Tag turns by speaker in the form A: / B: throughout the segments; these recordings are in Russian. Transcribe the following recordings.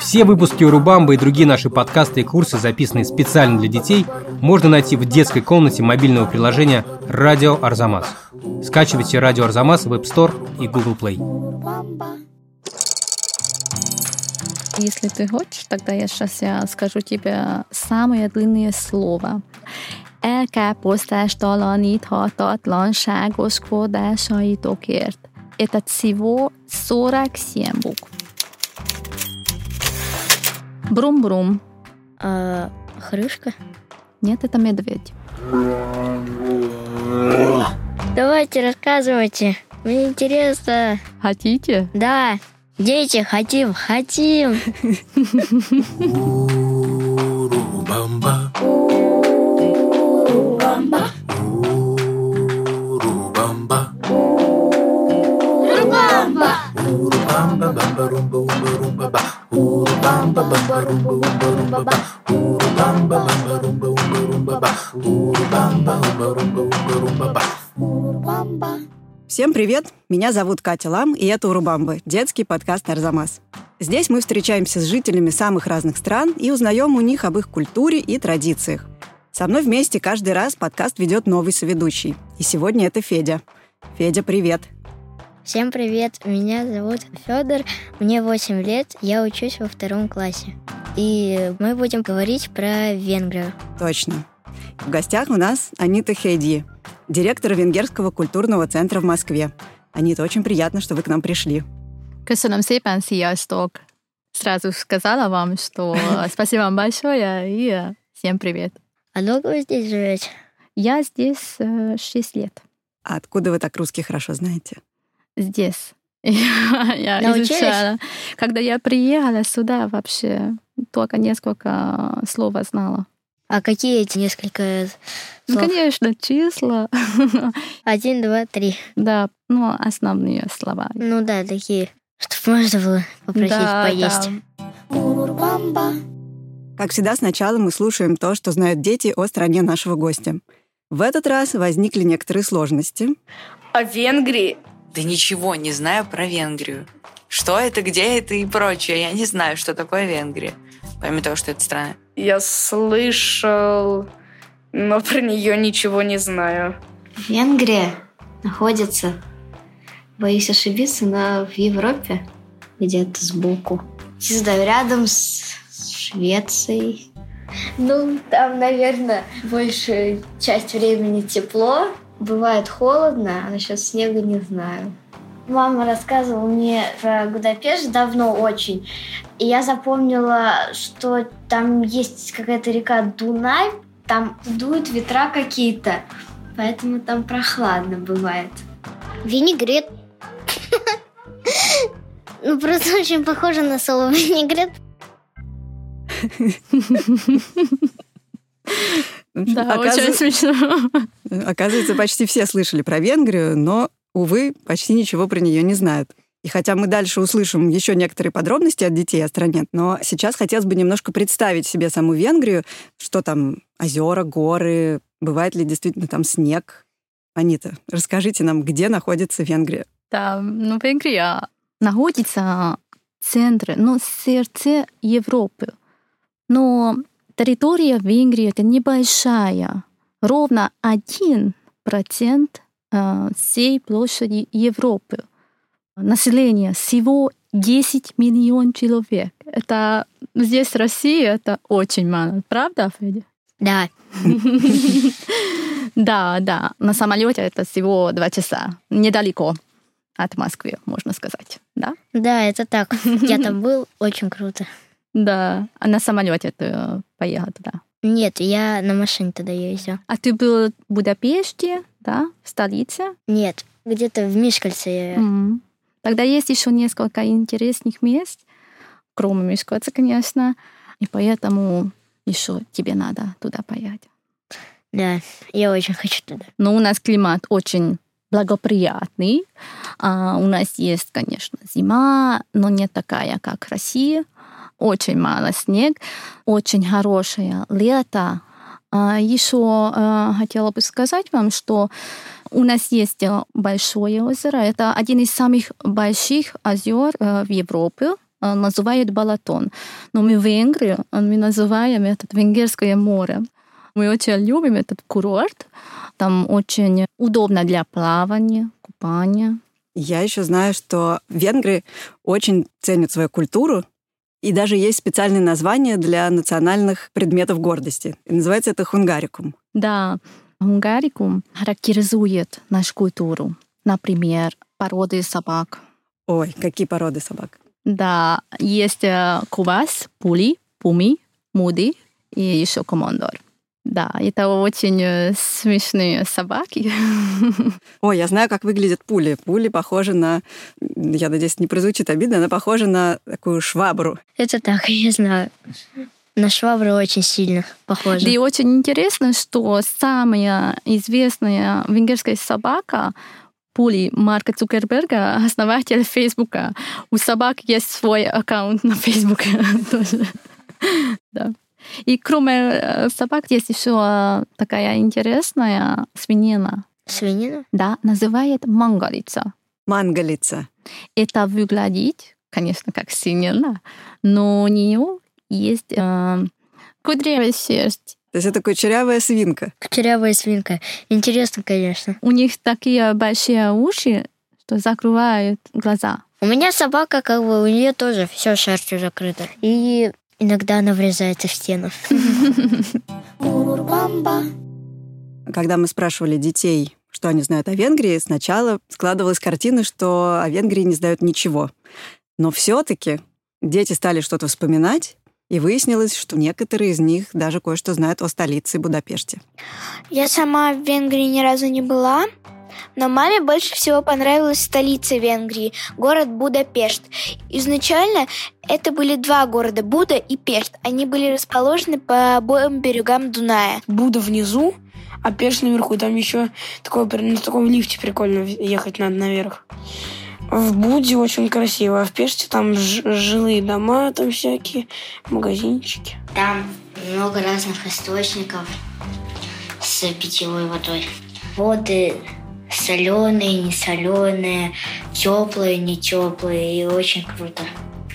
A: Все выпуски Урубамбы и другие наши подкасты и курсы, записанные специально для детей, можно найти в детской комнате мобильного приложения «Радио Арзамас». Скачивайте «Радио Арзамас» в App Store и Google Play.
B: Если ты хочешь, тогда я сейчас я скажу тебе самые длинные слова. Elkáposztástalaníthatatlanságoskodásait Это всего 47 букв. Брум-брум.
C: А, хрюшка?
B: Нет, это медведь.
C: Давайте, рассказывайте. Мне интересно.
B: Хотите?
C: Да, дети, хотим, хотим.
D: Всем привет! Меня зовут Катя Лам, и это «Урубамбы» – детский подкаст «Арзамас». Здесь мы встречаемся с жителями самых разных стран и узнаем у них об их культуре и традициях. Со мной вместе каждый раз подкаст ведет новый соведущий. И сегодня это Федя. Федя, привет!
C: Всем привет, меня зовут Федор, мне 8 лет, я учусь во втором классе. И мы будем говорить про Венгрию.
D: Точно. В гостях у нас Анита Хейди, директор Венгерского культурного центра в Москве. Анита, очень приятно, что вы к нам пришли.
B: Köszönöm szépen, sziasztok! Сразу сказала вам, что спасибо вам большое и всем привет.
C: А долго вы здесь живете?
B: Я здесь э, 6 лет.
D: А откуда вы так русский хорошо знаете?
B: Здесь. Я, я
C: Научились?
B: изучала. Когда я приехала сюда, вообще только несколько э, слов знала.
C: А какие эти несколько
B: Ну,
C: слов?
B: конечно, числа.
C: Один, два, три.
B: Да, ну, основные слова.
C: Ну да, такие, чтобы можно было попросить
B: Да,
C: поесть.
B: да.
D: Как всегда, сначала мы слушаем то, что знают дети о стране нашего гостя. В этот раз возникли некоторые сложности.
E: О Венгрии.
F: Да ничего не знаю про Венгрию. Что это, где это и прочее. Я не знаю, что такое Венгрия. Помимо того, что это страна.
E: Я слышал, но про нее ничего не знаю.
G: Венгрия находится, боюсь ошибиться, но в Европе, где-то сбоку. Не знаю, рядом с Швецией. Ну, там, наверное, большая часть времени тепло. Бывает холодно, а насчет снега не знаю. Мама рассказывала мне про Будапешт давно очень. И я запомнила, что там есть какая-то река Дунай, там дуют ветра какие-то. Поэтому там прохладно бывает.
H: Винегрет. Ну, просто очень похоже на слово винегрет.
B: Да,
D: Оказыв-
B: очень смешно.
D: Оказывается, почти все слышали про Венгрию, но, увы, почти ничего про нее не знают. И хотя мы дальше услышим еще некоторые подробности от детей о стране, но сейчас хотелось бы немножко представить себе саму Венгрию, что там озера, горы, бывает ли действительно там снег. Анита, расскажите нам, где находится Венгрия?
B: Да, ну, Венгрия находится в центре, ну, сердце Европы. Но территория Венгрии это небольшая, ровно 1% э, всей площади Европы. Население всего 10 миллион человек. Это здесь Россия, это очень мало. Правда, Федя?
C: Да.
B: Да, да. На самолете это всего два часа. Недалеко от Москвы, можно сказать. Да?
C: Да, это так. Я там был, очень круто.
B: Да. А на самолете ты поехал э, туда.
C: Нет, я на машине тогда ездил.
B: А ты был в Будапеште, да, в столице?
C: Нет, где-то в Мишкальце. я-
B: М. Тогда есть еще несколько интересных мест, кроме Мишкоца, конечно. И поэтому еще тебе надо туда поехать.
C: Да, я очень хочу туда.
B: Но у нас климат очень благоприятный. А у нас есть, конечно, зима, но не такая, как в России. Очень мало снег, очень хорошее лето. А еще э, хотела бы сказать вам, что у нас есть э, большое озеро. Это один из самых больших озер э, в Европе. э, называют Балатон. Но мы в Венгрии, э, мы называем это Венгерское море. Мы очень любим этот курорт. Там очень удобно для плавания, купания.
D: Я еще знаю, что венгры очень ценят свою культуру, и даже есть специальные названия для национальных предметов гордости. И называется это хунгарикум.
B: Да, хунгарикум характеризует нашу культуру. Например, породы собак.
D: Ой, какие породы собак.
B: Да, есть э, кувас, пули, пуми, муди и еще командор. Да, это очень э, смешные собаки.
D: Ой, я знаю, как выглядят пули. Пули похожи на... Я надеюсь, не прозвучит обидно, она похожа на такую швабру.
C: Это так, я знаю. На швабру очень сильно похоже.
B: Да и очень интересно, что самая известная венгерская собака Пули Марка Цукерберга, основатель Фейсбука. У собак есть свой аккаунт на Фейсбуке тоже. Да. И кроме э, собак есть еще э, такая интересная свинина.
C: Свинина?
B: Да, называет мангалица.
D: Мангалица.
B: Это выглядит, конечно, как свинина, но у нее есть э, кудрявая шерсть.
D: То есть это такая черявая свинка.
C: Кучерявая свинка. Интересно, конечно.
B: У них такие большие уши, что закрывают глаза.
C: У меня собака, как бы, у нее тоже все шерстью закрыто. И иногда она врезается в стену.
D: Когда мы спрашивали детей, что они знают о Венгрии, сначала складывалась картина, что о Венгрии не знают ничего. Но все-таки дети стали что-то вспоминать, и выяснилось, что некоторые из них даже кое-что знают о столице Будапеште.
I: Я сама в Венгрии ни разу не была, но маме больше всего понравилась столица Венгрии, город Будапешт. Изначально это были два города, Буда и Пешт. Они были расположены по обоим берегам Дуная.
J: Буда внизу, а Пеш наверху. Там еще такое, при- на таком лифте прикольно ехать надо наверх. В Буде очень красиво, а в Пеште там ж- жилые дома, там всякие магазинчики.
G: Там много разных источников с питьевой водой. Воды соленые, не соленые, теплые, не теплые и очень круто.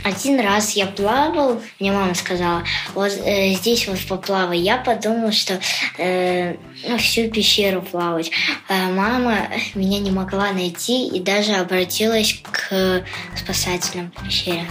G: Один раз я плавал, мне мама сказала, вот э, здесь вот поплавай. Я подумал, что э, ну, всю пещеру плавать. А мама меня не могла найти и даже обратилась к спасателям в пещере.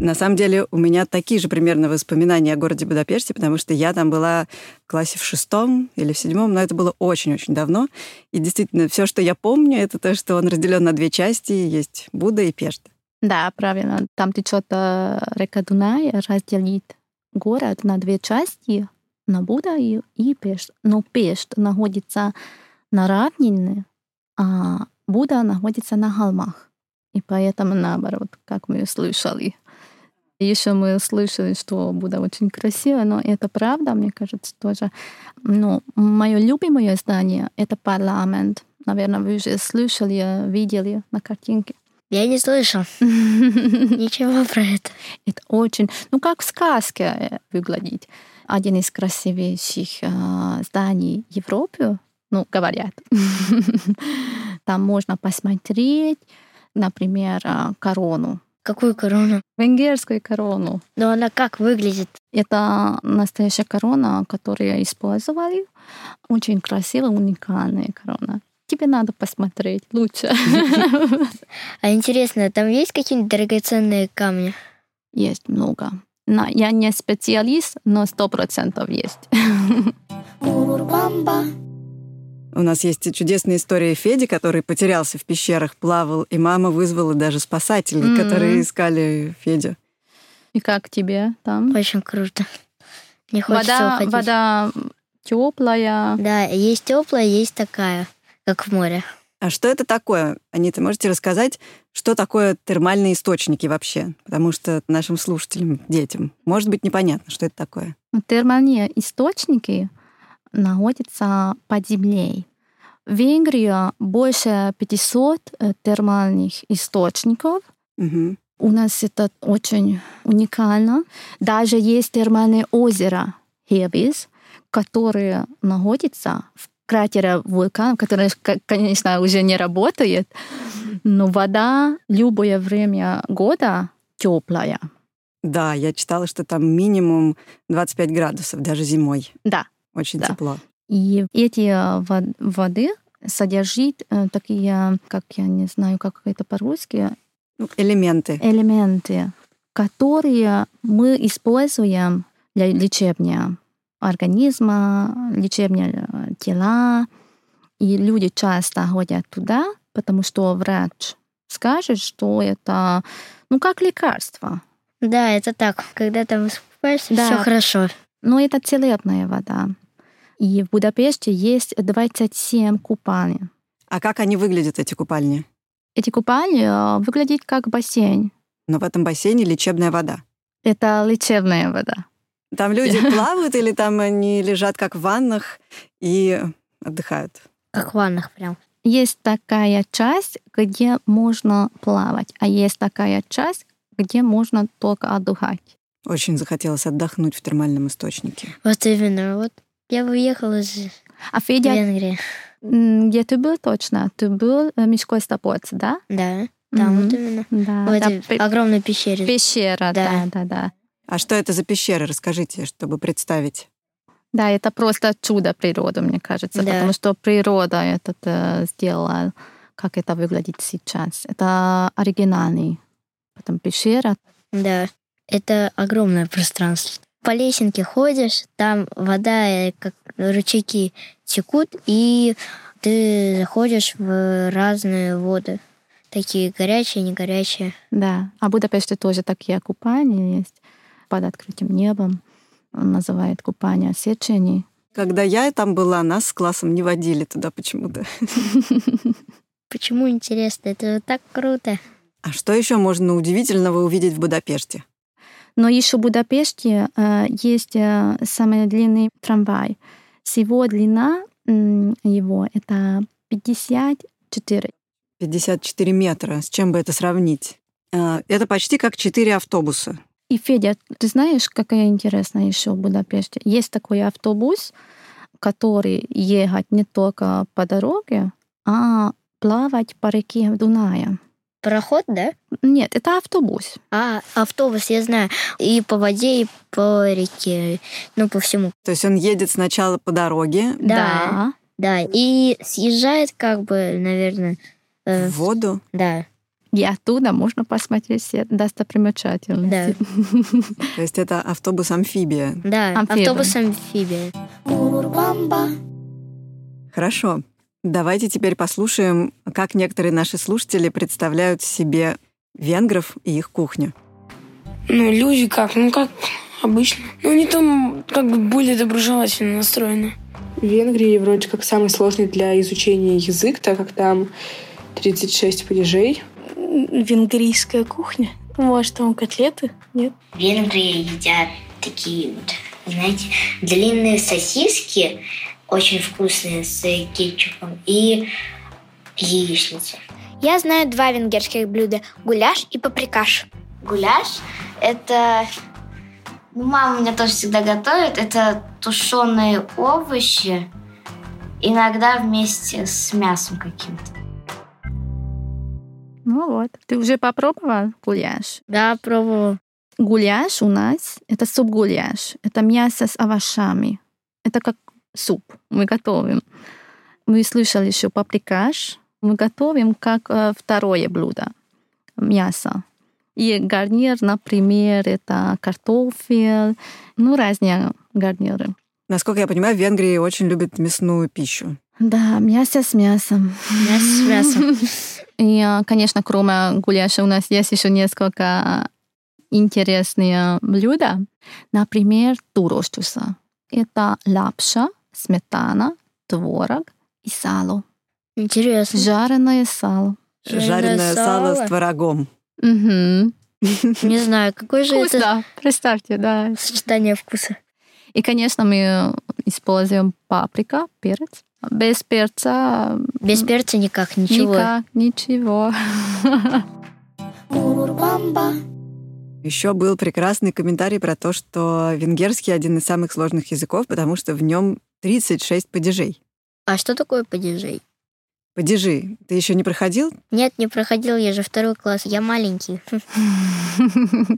D: На самом деле у меня такие же примерно воспоминания о городе Будапеште, потому что я там была в классе в шестом или в седьмом, но это было очень-очень давно. И действительно, все, что я помню, это то, что он разделен на две части, есть Буда и Пешт.
B: Да, правильно. Там течет э, река Дунай, разделит город на две части, на Буда и, и Пешт. Но Пешт находится на равнине, а Буда находится на холмах. И поэтому наоборот, как мы слышали. Еще мы слышали, что Буда очень красиво, но это правда, мне кажется, тоже. Но мое любимое здание — это парламент. Наверное, вы уже слышали, видели на картинке.
C: Я не слышал ничего про это.
B: Это очень, ну как в сказке э, выглядит. Один из красивейших э, зданий Европы, ну говорят. Там можно посмотреть, например, э, корону,
C: Какую корону?
B: венгерскую корону.
C: Но она как выглядит?
B: Это настоящая корона, которую использовали. Очень красивая, уникальная корона. Тебе надо посмотреть лучше.
C: А интересно, там есть какие-нибудь драгоценные камни?
B: Есть много. Но я не специалист, но сто процентов есть.
D: У нас есть и чудесная история Феди, который потерялся в пещерах, плавал, и мама вызвала даже спасателей,
B: Мгм.
D: которые искали Федю.
B: И как тебе там?
C: Очень круто. Не хочется
B: Вода,
C: уходить.
B: вода теплая.
C: Да, есть теплая, есть такая, как в море.
D: А что это такое? Анита, можете рассказать, что такое термальные источники вообще? Потому что нашим слушателям, детям, может быть непонятно, что это такое.
B: Термальные источники находятся под землей. В Венгрии больше 500 э, термальных источников.
D: Мгм.
B: У нас это очень уникально. Даже есть термальное озеро Хевис, которое находится в кратера вулкана, который, конечно, уже не работает, но вода любое время года теплая.
D: Да, я читала, что там минимум 25 градусов, даже зимой.
B: Да.
D: Очень
B: да.
D: тепло.
B: И эти а, воды содержит э, такие, как я не знаю, как это по-русски.
D: Ну, Элементы.
B: Э Элементы, которые мы используем для лечения организма, лечения тела. И люди часто ходят туда, потому что врач скажет, что это ну как лекарство.
C: Да, это так. Когда там высыпаешься, да. все хорошо.
B: Но это целебная вода. И в Будапеште есть 27 купалин.
D: А как они выглядят, эти купальни?
B: Эти купальни выглядят как бассейн.
D: Но в этом бассейне лечебная вода.
B: Это лечебная вода.
D: Там люди плавают или там они лежат как в ваннах и отдыхают?
C: Как в ваннах прям.
B: Есть такая часть, где можно плавать, а есть такая часть, где можно только отдыхать.
D: Очень захотелось отдохнуть в термальном источнике.
C: Вот именно, вот я уехала из
B: а Федя,
C: Венгрии.
B: Где ты был точно? Ты был в мешкой Стопоц, да?
C: Да, там mm-hmm. вот именно.
B: Да,
C: в этой пе- огромной пещере.
B: Пещера, да. да, да, да.
D: А что это за пещера? Расскажите, чтобы представить.
B: Да, это просто чудо природы, мне кажется, да. потому что природа это сделала, как это выглядит сейчас. Это оригинальный, потом пещера.
C: Да, это огромное пространство по лесенке ходишь, там вода, э, как ручейки текут, и ты заходишь в разные воды. Такие горячие, не горячие.
B: Да. А Будапеште тоже такие купания есть под открытым небом. Он называет купание сечений.
D: Когда я там была, нас с классом не водили туда почему-то.
C: Почему интересно? Это так круто.
D: А что еще можно удивительного увидеть в Будапеште?
B: Но еще в Будапеште э, есть э, самый длинный трамвай. Всего длина э, его это 54.
D: 54 метра. С чем бы это сравнить? Э, это почти как 4 автобуса.
B: И, Федя, ты знаешь, какая интересная еще в Будапеште? Есть такой автобус, который ехать не только по дороге, а плавать по реке Дуная.
C: Пароход, да?
B: Нет, это автобус.
C: А, автобус, я знаю. И по воде, и по реке, ну, по всему.
D: То есть он едет сначала по дороге?
C: Да. Да, да. и съезжает как бы, наверное...
D: Э, в воду?
C: Да.
B: И оттуда можно посмотреть все достопримечательности.
D: Да. То есть это автобус-амфибия?
C: Да, автобус-амфибия.
D: Хорошо. Давайте теперь послушаем, как некоторые наши слушатели представляют себе венгров и их кухню.
J: Ну, люди как, ну как обычно. Ну, они там как бы более доброжелательно настроены.
K: В Венгрии вроде как самый сложный для изучения язык, так как там 36 падежей.
L: Венгрийская кухня? Может, там котлеты? Нет?
M: В Венгрии едят такие вот, знаете, длинные сосиски, очень вкусные с кетчупом и яичница.
I: Я знаю два венгерских блюда – гуляш и паприкаш.
M: Гуляш – это... Ну, мама у меня тоже всегда готовит. Это тушеные овощи, иногда вместе с мясом каким-то.
B: Ну вот, ты уже попробовал гуляш?
C: Да, пробовала.
B: Гуляш у нас – это суп-гуляш. Это мясо с овощами. Это как суп мы готовим. Мы слышали еще паприкаш. Мы готовим как э, второе блюдо мясо. И гарнир, например, это картофель, ну, разные гарниры.
D: Насколько я понимаю, в Венгрии очень любят мясную пищу.
B: Да, мясо с мясом.
C: Мясо с мясом.
B: И, а, конечно, кроме гуляша у нас есть еще несколько интересные блюда. Например, туроштуса. Это лапша, сметана, творог и сало.
C: Интересно.
B: Жареное сало.
D: Жареное, Жареное сало. сало с творогом.
B: Угу.
C: Не знаю, какой же
B: Вкусно. это... представьте, да.
C: Сочетание вкуса.
B: И, конечно, мы используем паприка, перец. Без перца...
C: Без перца никак, ничего.
B: Никак, ничего.
D: Еще был прекрасный комментарий про то, что венгерский один из самых сложных языков, потому что в нем 36 падежей.
C: А что такое падежей?
D: Падежи. Ты еще не проходил?
C: Нет, не проходил, я же второй класс, я маленький.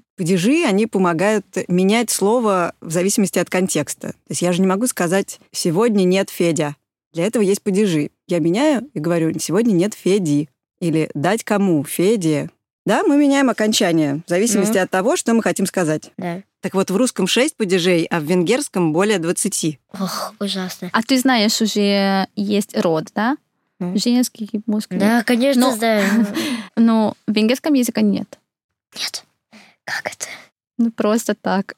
D: Падежи, они помогают менять слово в зависимости от контекста. То есть я же не могу сказать «сегодня нет Федя». Для этого есть падежи. Я меняю и говорю «сегодня нет Феди». Или «дать кому? Феде». Да, мы меняем окончание в зависимости
C: Ну.
D: от того, что мы хотим сказать.
C: Да.
D: Так вот, в русском 6 падежей, а в венгерском более 20.
C: Ох, ужасно.
B: А ты знаешь, уже есть род, да? Женский мускул.
C: Ну. Да, конечно,
B: Но-
C: знаю.
B: Но в венгерском языке нет. Нет. Как это? Ну, просто так.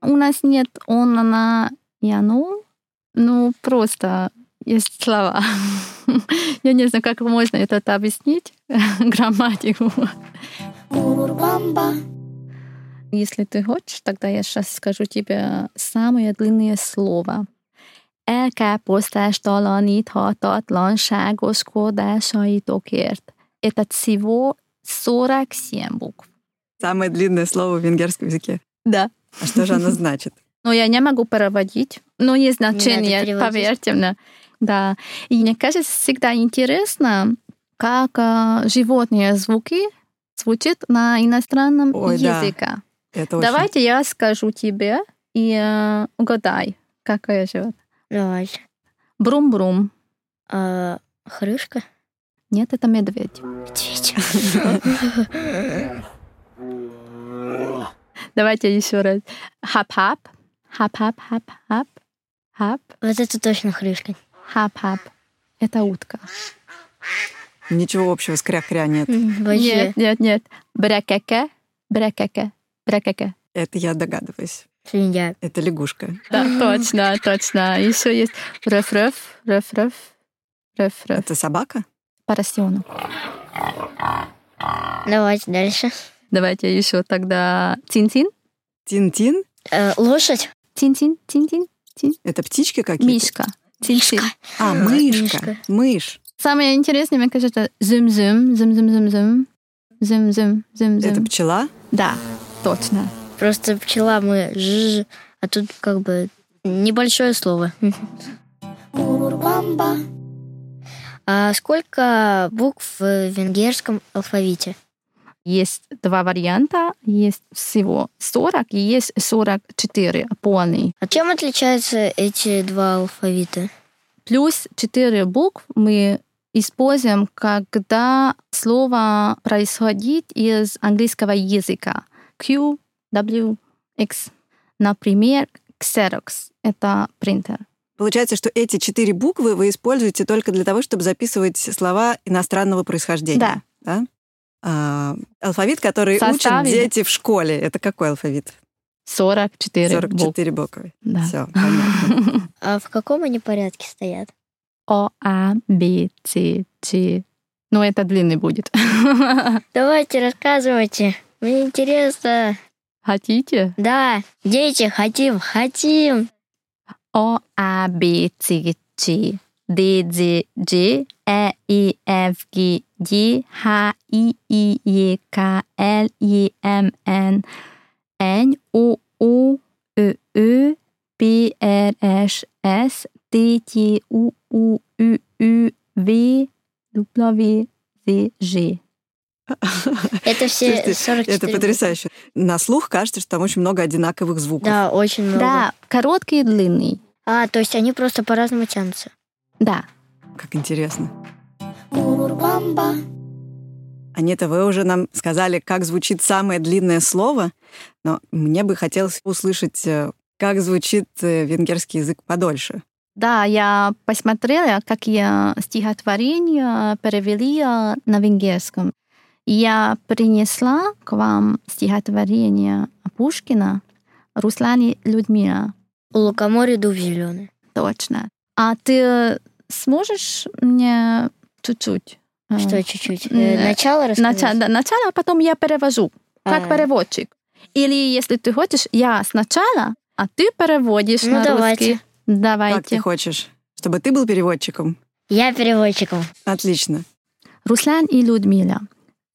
B: У нас нет он, она и оно. Ну, просто есть слова. Я не знаю, как можно это объяснить, грамматику. Если ты хочешь, тогда я сейчас скажу тебе самые длинные слова. Elkáposztástalaníthatatlanságoskodásaitok-ért. Это всего 47 букв.
D: Самое длинное слово в венгерском языке.
B: Да.
D: А что же оно значит?
B: Но я не могу переводить. Но есть
C: надо
B: значение,
C: переводить.
B: поверьте мне. Да. И мне кажется, всегда интересно, как а, животные звуки звучат на иностранном
D: Ой, да.
B: языке.
D: Это очень-
B: Давайте я скажу тебе и э, угадай, какое живет.
C: Давай. А,
B: Брум-брум.
C: хрюшка?
B: Нет, это медведь. Давайте еще раз. Хап-хап. Хап-хап-хап-хап. Хап.
C: Вот это точно хрюшка.
B: Хап-хап. Это утка.
D: Ничего общего с кря-кря нет.
B: Нет, нет, нет. Брякеке. Брякеке. Брякеке.
D: Это я догадываюсь.
C: Свинья.
D: Это лягушка.
B: Да, точно, точно. Еще есть реф-реф, реф-реф, реф-реф.
D: Это собака?
B: Поросенок.
C: Давайте дальше.
B: Давайте еще тогда тин-тин.
D: Тин-тин?
C: Э, лошадь.
B: Тин-тин, тин-тин. тин.
D: Это птички какие-то?
B: Мишка. Тин-тин.
D: А, мышка. Мышь.
B: Самое интересное, мне кажется, зум-зум, зум-зум-зум-зум. Зум-зум, зум-зум.
D: Это пчела?
B: Да, точно.
C: Просто пчела мы жж, а тут как бы небольшое слово. А сколько букв в венгерском алфавите?
B: Есть два варианта, есть всего 40 и есть 44 полный.
C: А чем отличаются эти два алфавита?
B: Плюс 4 букв мы используем, когда слово происходит из английского языка. Q, W, X. Например, Xerox — это принтер.
D: Получается, что эти четыре буквы вы используете только для того, чтобы записывать слова иностранного происхождения.
B: Да.
D: Да? А, алфавит, который учат
B: Составили.
D: дети в школе. Это какой алфавит?
B: 44,
D: 44 буквы.
B: Да.
D: Все, понятно.
C: А в каком они порядке стоят?
B: О, А, Б, Ц, Д. Ну, это длинный будет.
C: Давайте, рассказывайте. Мне интересно.
B: Хотите?
C: Да, дети, хотим, хотим.
B: О, А, Б, Ц, Ч, Д, Д, Д, Э, И, Ф, Г, Д, Х, И, И, Е, К, Л, И, М, Н, Н, О, О, Ö, Ö, P, R, S, S, T, T, U, U, U, U, V, W, Z, G.
C: Это все
D: Слушайте,
C: 44.
D: это потрясающе. На слух кажется, что там очень много одинаковых звуков.
C: Да, очень много.
B: Да, короткий и длинный.
C: А, то есть они просто по-разному тянутся.
B: Да.
D: Как интересно. Анита, вы уже нам сказали, как звучит самое длинное слово, но мне бы хотелось услышать, э, как звучит э, венгерский язык подольше.
B: Да, я посмотрела, какие стихотворения перевели э, на венгерском. И Я принесла к вам стихотворение Пушкина Руслане Людмила.
C: У лукоморья дуб зеленый.
B: Точно. А ты сможешь мне чуть-чуть? э,
C: Что чуть-чуть? Э,
B: м, э,
C: Начало рассказать?
B: нача- да, начало, а потом я перевожу, как
C: А.
B: переводчик. Или, если ты хочешь, я сначала, а ты переводишь
C: Ну,
B: на
C: давайте.
B: русский. Давайте.
D: Как ты хочешь? Чтобы ты был переводчиком?
C: Я переводчиком.
D: Отлично.
B: Ruszlán I. Ludmilla.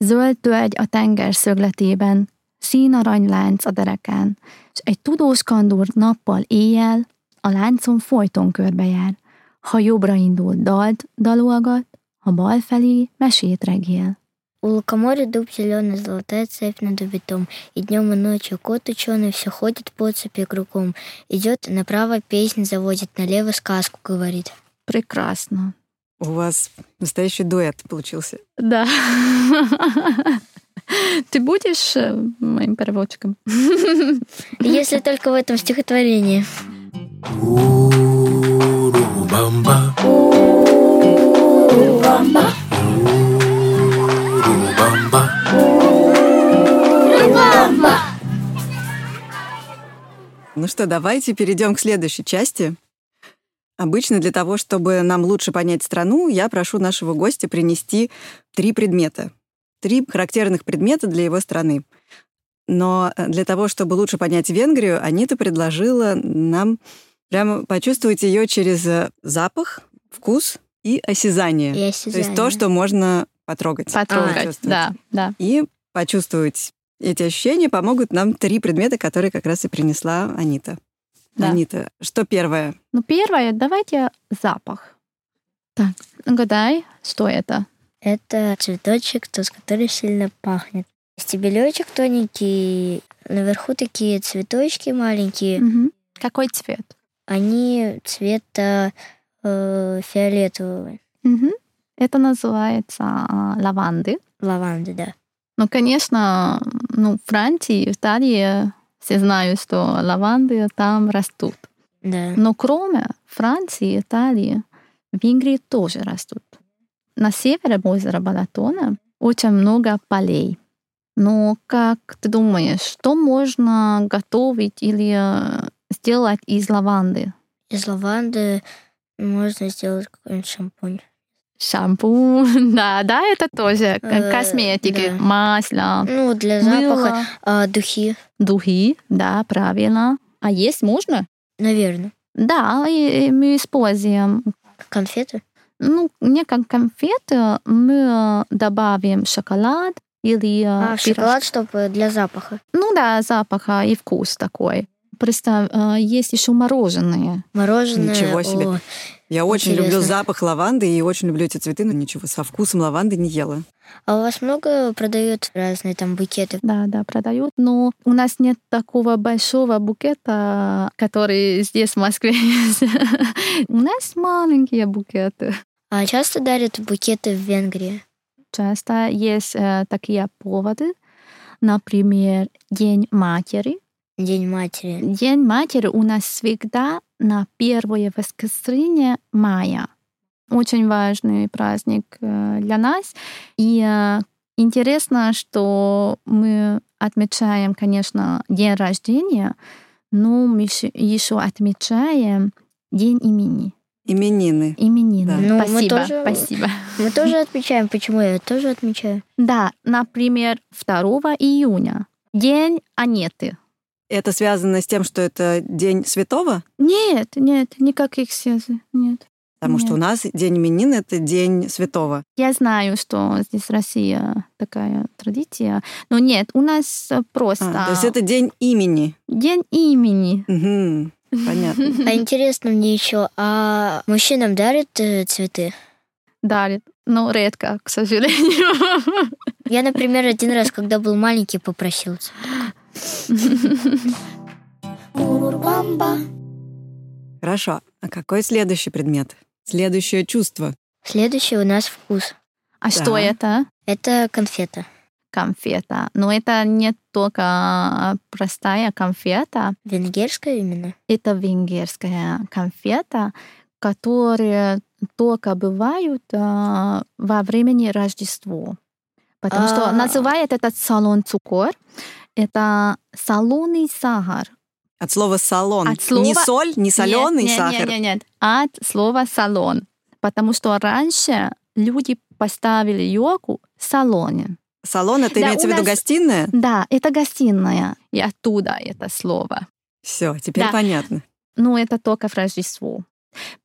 B: Zöld tölgy a tenger szögletében, szín aranylánc a derekán, s egy tudós kandúr nappal éjjel a láncon folyton körbejár. Ha jobbra indul, dalt dalolgat, ha bal felé, mesét regél.
C: У лукоморья дуб зеленый, золотая цепь над убитом. И днем, и ночью кот ученый все ходит по цепи кругом. Идет направо песнь заводит, налево сказку говорит.
B: Прекрасно.
D: У вас настоящий дуэт получился.
B: Да. Ты будешь э, моим переводчиком?
C: Если только в этом стихотворении.
D: Ну что, давайте перейдем к следующей части. Обычно для того, чтобы нам лучше понять страну, я прошу нашего гостя принести три предмета. Три характерных предмета для его страны. Но э, для того, чтобы лучше понять Венгрию, Анита предложила нам прямо почувствовать ее через э, запах, вкус и осязание.
C: И
D: То есть то,
C: осязание.
D: что можно потрогать. А,
B: Потрогать,
D: почувствовать.
B: да, да.
D: И почувствовать эти ощущения помогут нам три предмета, которые как раз и принесла Анита.
B: Да.
D: Анита, что первое?
B: Ну, первое, давайте запах. Так, угадай, что это?
C: Это цветочек, тот, который сильно пахнет. Стебелечек тоненький, наверху такие цветочки маленькие.
B: Мгм. Какой цвет?
C: Они цвета э, фиолетового,
B: Мгм. Это называется а, лаванды.
C: лаванды, да.
B: Ну, конечно, ну, в Франции, в Италии все знают, что лаванды там растут.
C: Да.
B: Но кроме Франции, Италии, в Венгрии тоже растут. На севере озера Балатона очень много полей. Но как ты думаешь, что можно готовить или э, сделать из лаванды?
C: Из лаванды можно сделать какой-нибудь шампунь.
B: Шампунь, да, да, это тоже к-
C: Э,
B: косметики,
C: да.
B: масло,
C: Ну, для
B: мыло,
C: запаха а, духи,
B: духи, да, правильно. А есть можно?
C: наверное.
B: Да, и- и мы используем
C: Конфеты.
B: Ну, не как конфеты, мы э, добавим шоколад или э,
C: А,
B: пирож-
C: шоколад, чтобы для запаха.
B: Ну да, запаха и вкус такой. Просто э, есть еще мороженое.
C: Мороженое.
D: Ничего себе.
C: о,
D: Я очень
C: интересно.
D: люблю запах лаванды и очень люблю эти цветы, но ничего, со вкусом лаванды не ела.
C: А у вас много продают разные там букеты?
B: Да, да, продают. Но у нас нет такого большого букета, который здесь в Москве есть. У нас маленькие букеты.
C: А часто дарят букеты в Венгрии?
B: Часто есть э, такие поводы, например, День матери.
C: День матери.
B: День матери у нас всегда на первое воскресенье мая. Очень важный праздник э, для нас. И э, интересно, что мы отмечаем, конечно, день рождения, но мы еще отмечаем день имени.
D: Именины.
B: Именины.
C: Да. Ну, мы
B: спасибо,
C: тоже-
B: спасибо.
C: Мы тоже отмечаем. Почему я тоже отмечаю?
B: Да, например, 2 июня. День Анеты.
D: Это связано с тем, что это День Святого,
B: Нет, нет, никаких связей, нет.
D: потому что
B: Нет.
D: у нас День именин — это День Святого.
B: Я знаю, что здесь Россия такая традиция, но нет, у нас э, просто
D: А, то есть это День имени.
B: день имени.
D: Мгм, понятно.
C: А интересно мне еще, а мужчинам дарят э, цветы?
B: Дарит, но редко, к сожалению.
C: Я, например, один раз, когда был маленький, попросил.
D: Хорошо. А какой следующий предмет? Следующее чувство.
C: Следующий у нас вкус.
B: А что
D: Да.
B: это?
C: Это конфета.
B: Конфета. Но это не только простая конфета,
C: Венгерская именно.
B: это венгерская конфета, которые только бывают а, во времени Рождества. Потому что
C: А.
B: называют этот салон цукор. Это салонный сахар.
D: От слова «салон».
B: От слова-
D: Не соль, не соленый
B: Нет, нет,
D: сахар.
B: Нет, нет, нет. От слова салон. Потому что раньше люди поставили йогу в салоне.
D: Салон — это
B: Да,
D: имеется
B: у
D: в виду
B: нас-
D: гостиная?
B: Да, это гостиная. И оттуда это слово.
D: Все, теперь
B: Да.
D: понятно.
B: Но это только в Рождество.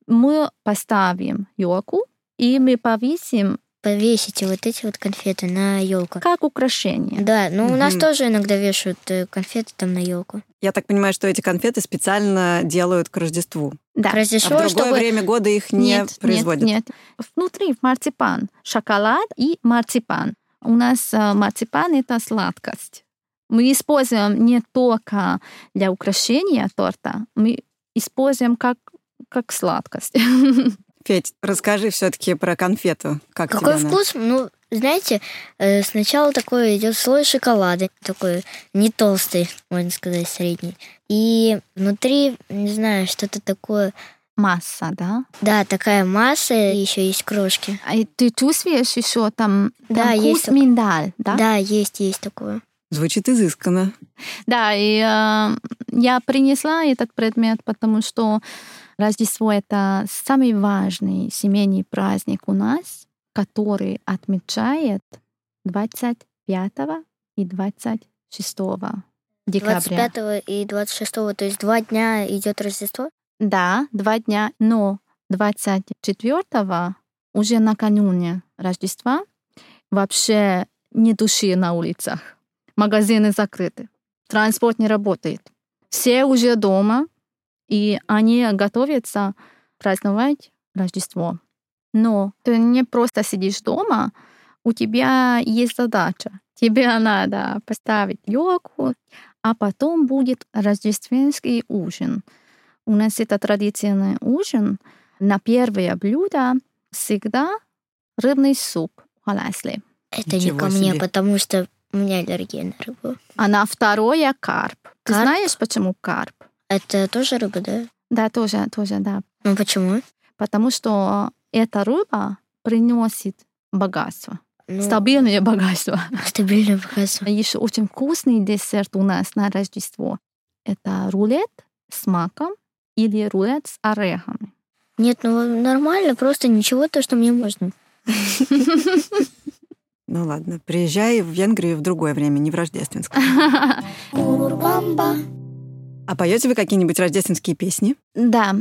B: Мы поставим йогу, и мы повесим
C: повесите вот эти вот конфеты на елку.
B: Как украшение.
C: Да, ну у нас
D: Мгм.
C: тоже иногда вешают э, конфеты там на елку.
D: Я так понимаю, что эти конфеты специально делают к Рождеству.
B: Да.
C: К Рождеству,
D: а в другое
C: чтобы-
D: время года их не
B: нет,
D: производят.
B: Нет, нет. Внутри марципан, шоколад и марципан. У нас э, марципан это сладкость. Мы используем не только для украшения торта, мы используем как как сладкость.
D: Федь, расскажи все-таки про конфету. Как
C: Какой
D: тебе она?
C: вкус? Ну, знаете, э, сначала такой идет слой шоколада, такой не толстый, можно сказать, средний. И внутри, не знаю, что-то такое.
B: Масса, да?
C: Да, такая масса, и еще есть крошки.
B: А и ты чувствуешь еще там,
C: Да,
B: там
C: есть
B: вкус
C: такое.
B: миндаль, да?
C: Да, есть, есть такое.
D: Звучит изысканно.
B: Да, и э, я принесла этот предмет, потому что Рождество — это самый важный семейный праздник у нас, который отмечает 25 и 26 декабря.
C: 25 и 26, то есть два дня идет Рождество.
B: Да, два дня, но 24 уже накануне Рождества вообще не души на улицах. Магазины закрыты, транспорт не работает. Все уже дома, и они готовятся праздновать Рождество. Но ты не просто сидишь дома, у тебя есть задача. Тебе надо поставить елку, а потом будет рождественский ужин. У нас это традиционный ужин. На первое блюдо всегда рыбный суп халасли.
C: Это
B: Ничего
C: не ко мне,
B: себе.
C: потому что у меня аллергия на рыбу.
B: А на второе карп. Ты
C: Карп?
B: знаешь, почему карп?
C: Это тоже рыба, да?
B: Да, тоже, тоже, да.
C: Ну почему?
B: Потому что эта рыба приносит богатство.
C: Ну,
B: Стабильное богатство.
C: Стабильное богатство.
B: Еще очень вкусный десерт у нас на Рождество. Это рулет с маком или рулет с орехами.
C: Нет, ну нормально, просто ничего то, что мне можно.
D: Ну ладно, приезжай в Венгрию в другое время, не в рождественское. А поете вы какие-нибудь рождественские песни?
B: Да,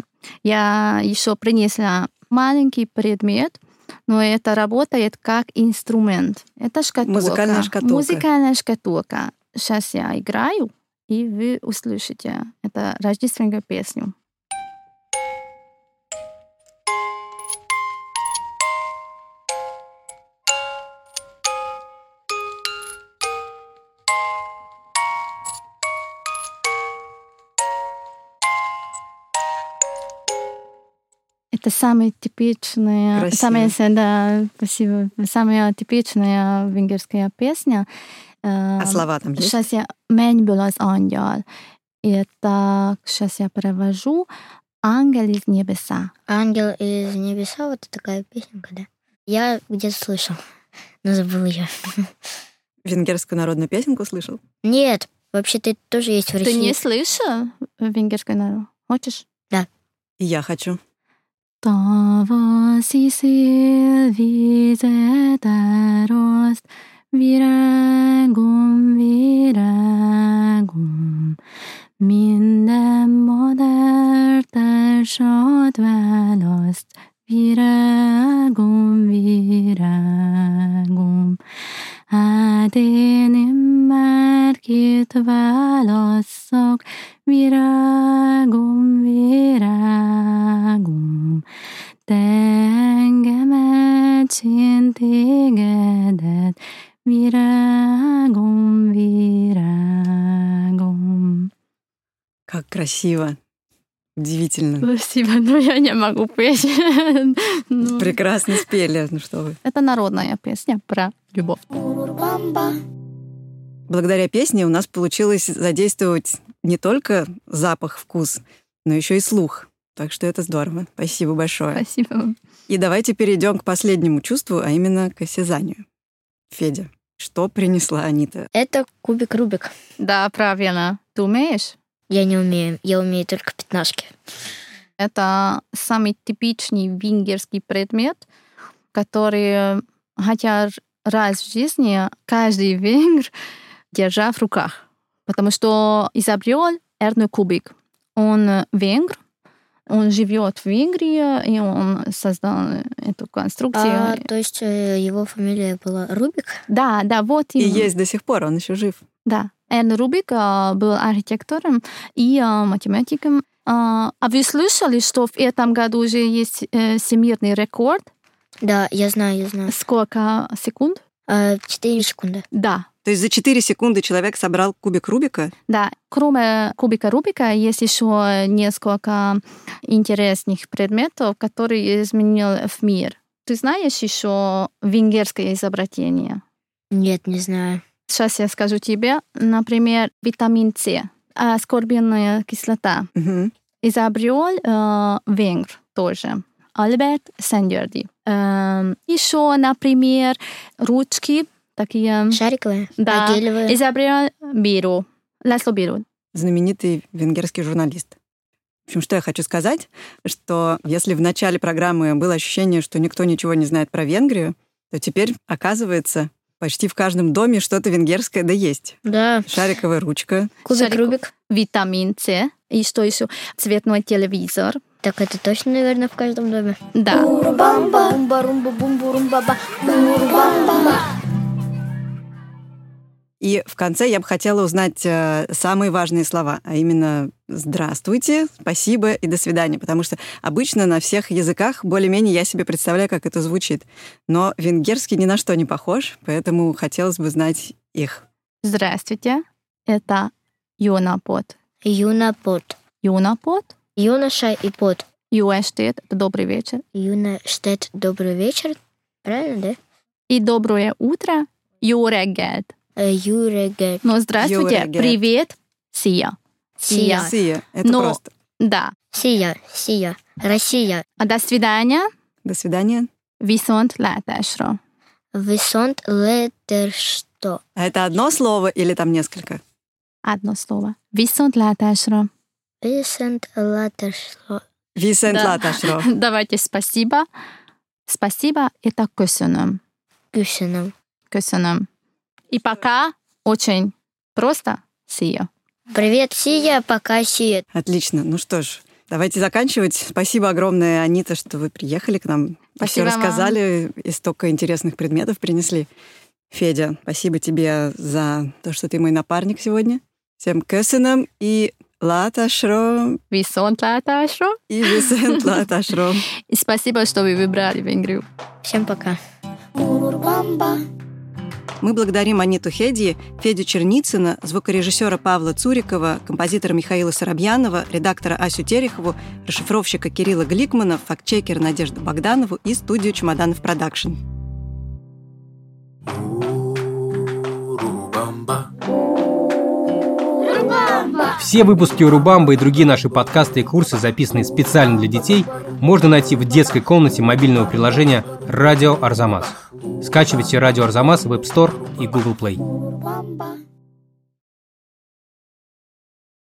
B: я еще принесла маленький предмет, но это работает как инструмент. Это шкатулка.
D: Музыкальная шкатулка.
B: Музыкальная шкатулка. Сейчас я играю, и вы услышите это рождественскую песню. Это самая типичная,
L: Красиво.
B: самая, да, спасибо, самая типичная венгерская песня. А
D: слова там есть?
B: Сейчас я «Мэньбюл аз ангел». И Это, сейчас я перевожу, «Ангел из небеса».
C: Ангел из небеса, вот такая песенка, да. Я где-то слышал, но забыл ее.
D: Венгерскую народную песенку слышал?
C: Нет, вообще-то это тоже есть в
B: Ты
C: России.
B: не слышал венгерскую народу? Хочешь?
C: Да.
D: И я хочу.
B: Tavaszi szél vizet áraszt, virágom, virágom, minden madár társad választ, virágom, virágom. Hát én immár két válasszak, virágom, virágom. Te engemet, én tégedet, virágom, virágom.
D: Как красиво. Удивительно.
B: Спасибо, но я не могу петь. Ну,
D: Прекрасно спели. Ну что вы.
B: Это народная песня про любовь.
D: Благодаря песне у нас получилось задействовать не только запах, вкус, но еще и слух. Так что это здорово. Спасибо большое.
B: Спасибо вам.
D: И давайте перейдем к последнему чувству, а именно к осязанию. Федя, что принесла Анита?
C: Это кубик Рубик.
B: Да, правильно. Ты умеешь?
C: Я не умею, я умею только пятнашки.
B: Это самый типичный венгерский предмет, который, хотя р- раз в жизни каждый венгр держа в руках. Потому что изобрел Эрну Кубик. Он венгр, э, Он живет в Венгрии, и он создал эту конструкцию.
C: А, то есть э, его фамилия была Рубик?
B: Да, да, вот
D: И
B: именно.
D: есть до сих пор, он еще жив.
B: Да. Эрн Рубик а, был архитектором и а, математиком. А а вы слышали, что в этом году уже есть э, всемирный рекорд?
C: Да, я знаю, я знаю. А,
B: Сколько секунд?
C: Четыре секунды.
B: Да,
D: То есть за 4 секунды человек собрал кубик Рубика?
B: да. Кроме кубика Рубика есть еще несколько интересных предметов, которые изменил в мир. Ты знаешь еще венгерское изобретение?
C: Нет, не знаю.
B: Сейчас я скажу тебе. Например, витамин С, аскорбинная кислота.
D: Мгм.
B: изобрел э, венгр тоже, Альберт Сендерди. Эм, еще, например, ручки такие.
C: Шариковые?
B: Да.
C: А гелевые?
B: Изобрел Биру. Ласло Биру.
D: знаменитый венгерский журналист. В общем, что я хочу сказать, что если в начале программы было ощущение, что никто ничего не знает про Венгрию, то теперь, оказывается, почти в каждом доме что-то венгерское да есть.
C: Да.
D: Шариковая ручка.
C: Кубик
B: Шарик-
C: Рубик.
B: Витамин С. И что еще? Цветной телевизор.
C: Так это точно, наверное, в каждом доме.
B: Да.
H: Бумба, румба, бумба, румба, ба. Бумба.
D: И в конце я бы хотела узнать э, самые важные слова, а именно «здравствуйте», «спасибо» и «до свидания», потому что обычно на всех языках более-менее я себе представляю, как это звучит. Но венгерский ни на что не похож, поэтому хотелось бы знать их.
B: Здравствуйте. Это Юнапот.
C: Юна пот.
B: Юнапот.
C: Юноша и пот.
B: Юэштет. Это добрый вечер.
C: Юна штет. Добрый вечер. Правильно,
B: И доброе утро. Юрегет.
C: да? Э, Юрегет.
B: Ну, здравствуйте.
C: Юрегет.
B: Привет. Сия.
C: Сия.
D: Сия. Это
B: Но-
D: просто.
B: Да.
C: Сия. Сия. Россия.
B: А до свидания.
D: До свидания.
B: Висонт латашро.
C: Висонт летер что?
D: А это одно слово или там несколько?
B: Одно слово. Висонт латашро.
C: Висонт летер что?
D: Висент
B: Да.
D: латашро.
B: Давайте спасибо. Спасибо — это кюсюном.
C: Кюсином.
B: Кюсюном. И пока очень просто сия.
C: Привет, Сия, пока Сия.
D: Отлично. Ну что ж, давайте заканчивать. Спасибо огромное, Анита, что вы приехали к нам. все
B: Спасибо вам.
D: рассказали, и столько интересных предметов принесли. Федя, спасибо тебе за то, что ты мой напарник сегодня. Всем кэсенам и латашро,
B: Висонт латашро.
D: и висент латашро.
B: И спасибо, что вы выбрали Венгрию.
C: Всем пока.
I: Бумба.
D: Мы благодарим Аниту Хеди, Федю Черницына, звукорежиссера Павла Цурикова, композитора Михаила Соробьянова, редактора Асю Терехову, расшифровщика Кирилла Гликмана, фактчекера Надежду Богданову и студию «Чемоданов Продакшн».
A: Все выпуски Урубамбы и другие наши подкасты и курсы, записанные специально для детей, можно найти в детской комнате мобильного приложения «Радио Арзамас». Скачивайте «Радио Арзамас» в App Store и Google Play.
I: Бумба.